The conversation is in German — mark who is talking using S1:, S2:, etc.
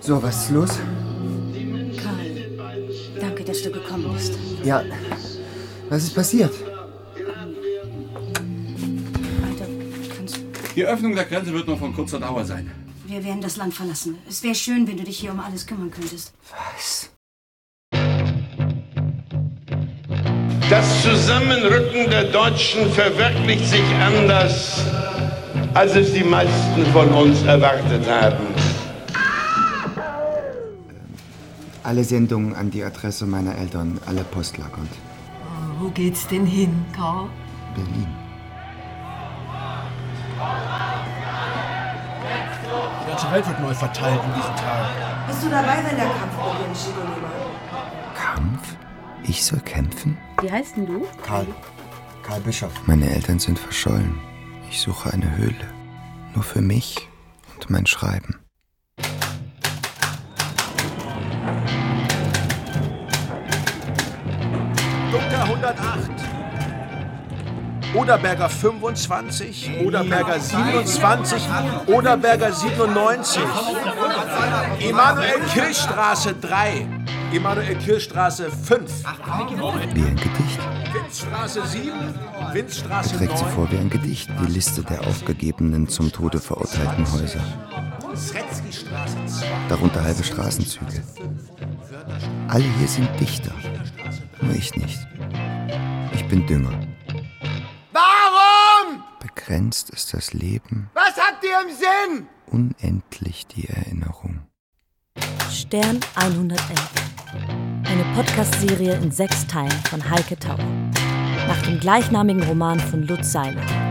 S1: So, was ist los?
S2: Karl, danke, dass du gekommen bist.
S1: Ja. Was ist passiert?
S2: Alter, kannst
S3: Die Öffnung der Grenze wird nur von kurzer Dauer sein.
S2: Wir werden das Land verlassen. Es wäre schön, wenn du dich hier um alles kümmern könntest.
S1: Was?
S4: Das Zusammenrücken der Deutschen verwirklicht sich anders, als es die meisten von uns erwartet haben.
S1: Alle Sendungen an die Adresse meiner Eltern, alle Postlager und
S5: Wo geht's denn hin, Karl?
S1: Berlin.
S6: Die ganze Welt wird neu verteilt in diesen Tagen.
S7: Bist du dabei, wenn der Kampf beginnt, Shigonima?
S1: Kampf? Ich soll kämpfen?
S8: Wie heißt denn du?
S6: Karl. Karl Bischof.
S1: Meine Eltern sind verschollen. Ich suche eine Höhle. Nur für mich und mein Schreiben.
S6: Dunker 108. Oderberger 25, Oderberger 27, Oderberger 97. Emanuel Kirchstraße 3, Emanuel Kirchstraße 5,
S1: Wie ein Gedicht.
S6: Windstraße 7, Windstraße
S1: Trägt sie
S6: 9.
S1: vor wie ein Gedicht. Die Liste der aufgegebenen, zum Tode verurteilten Häuser. Darunter halbe Straßenzüge. Alle hier sind Dichter. Nur ich nicht. Ich bin Dünger.
S4: Warum?
S1: Begrenzt ist das Leben,
S4: Was habt ihr im Sinn?
S1: unendlich die Erinnerung.
S8: Stern 111. Eine Podcast-Serie in sechs Teilen von Heike Tauer. Nach dem gleichnamigen Roman von Lutz Seiler.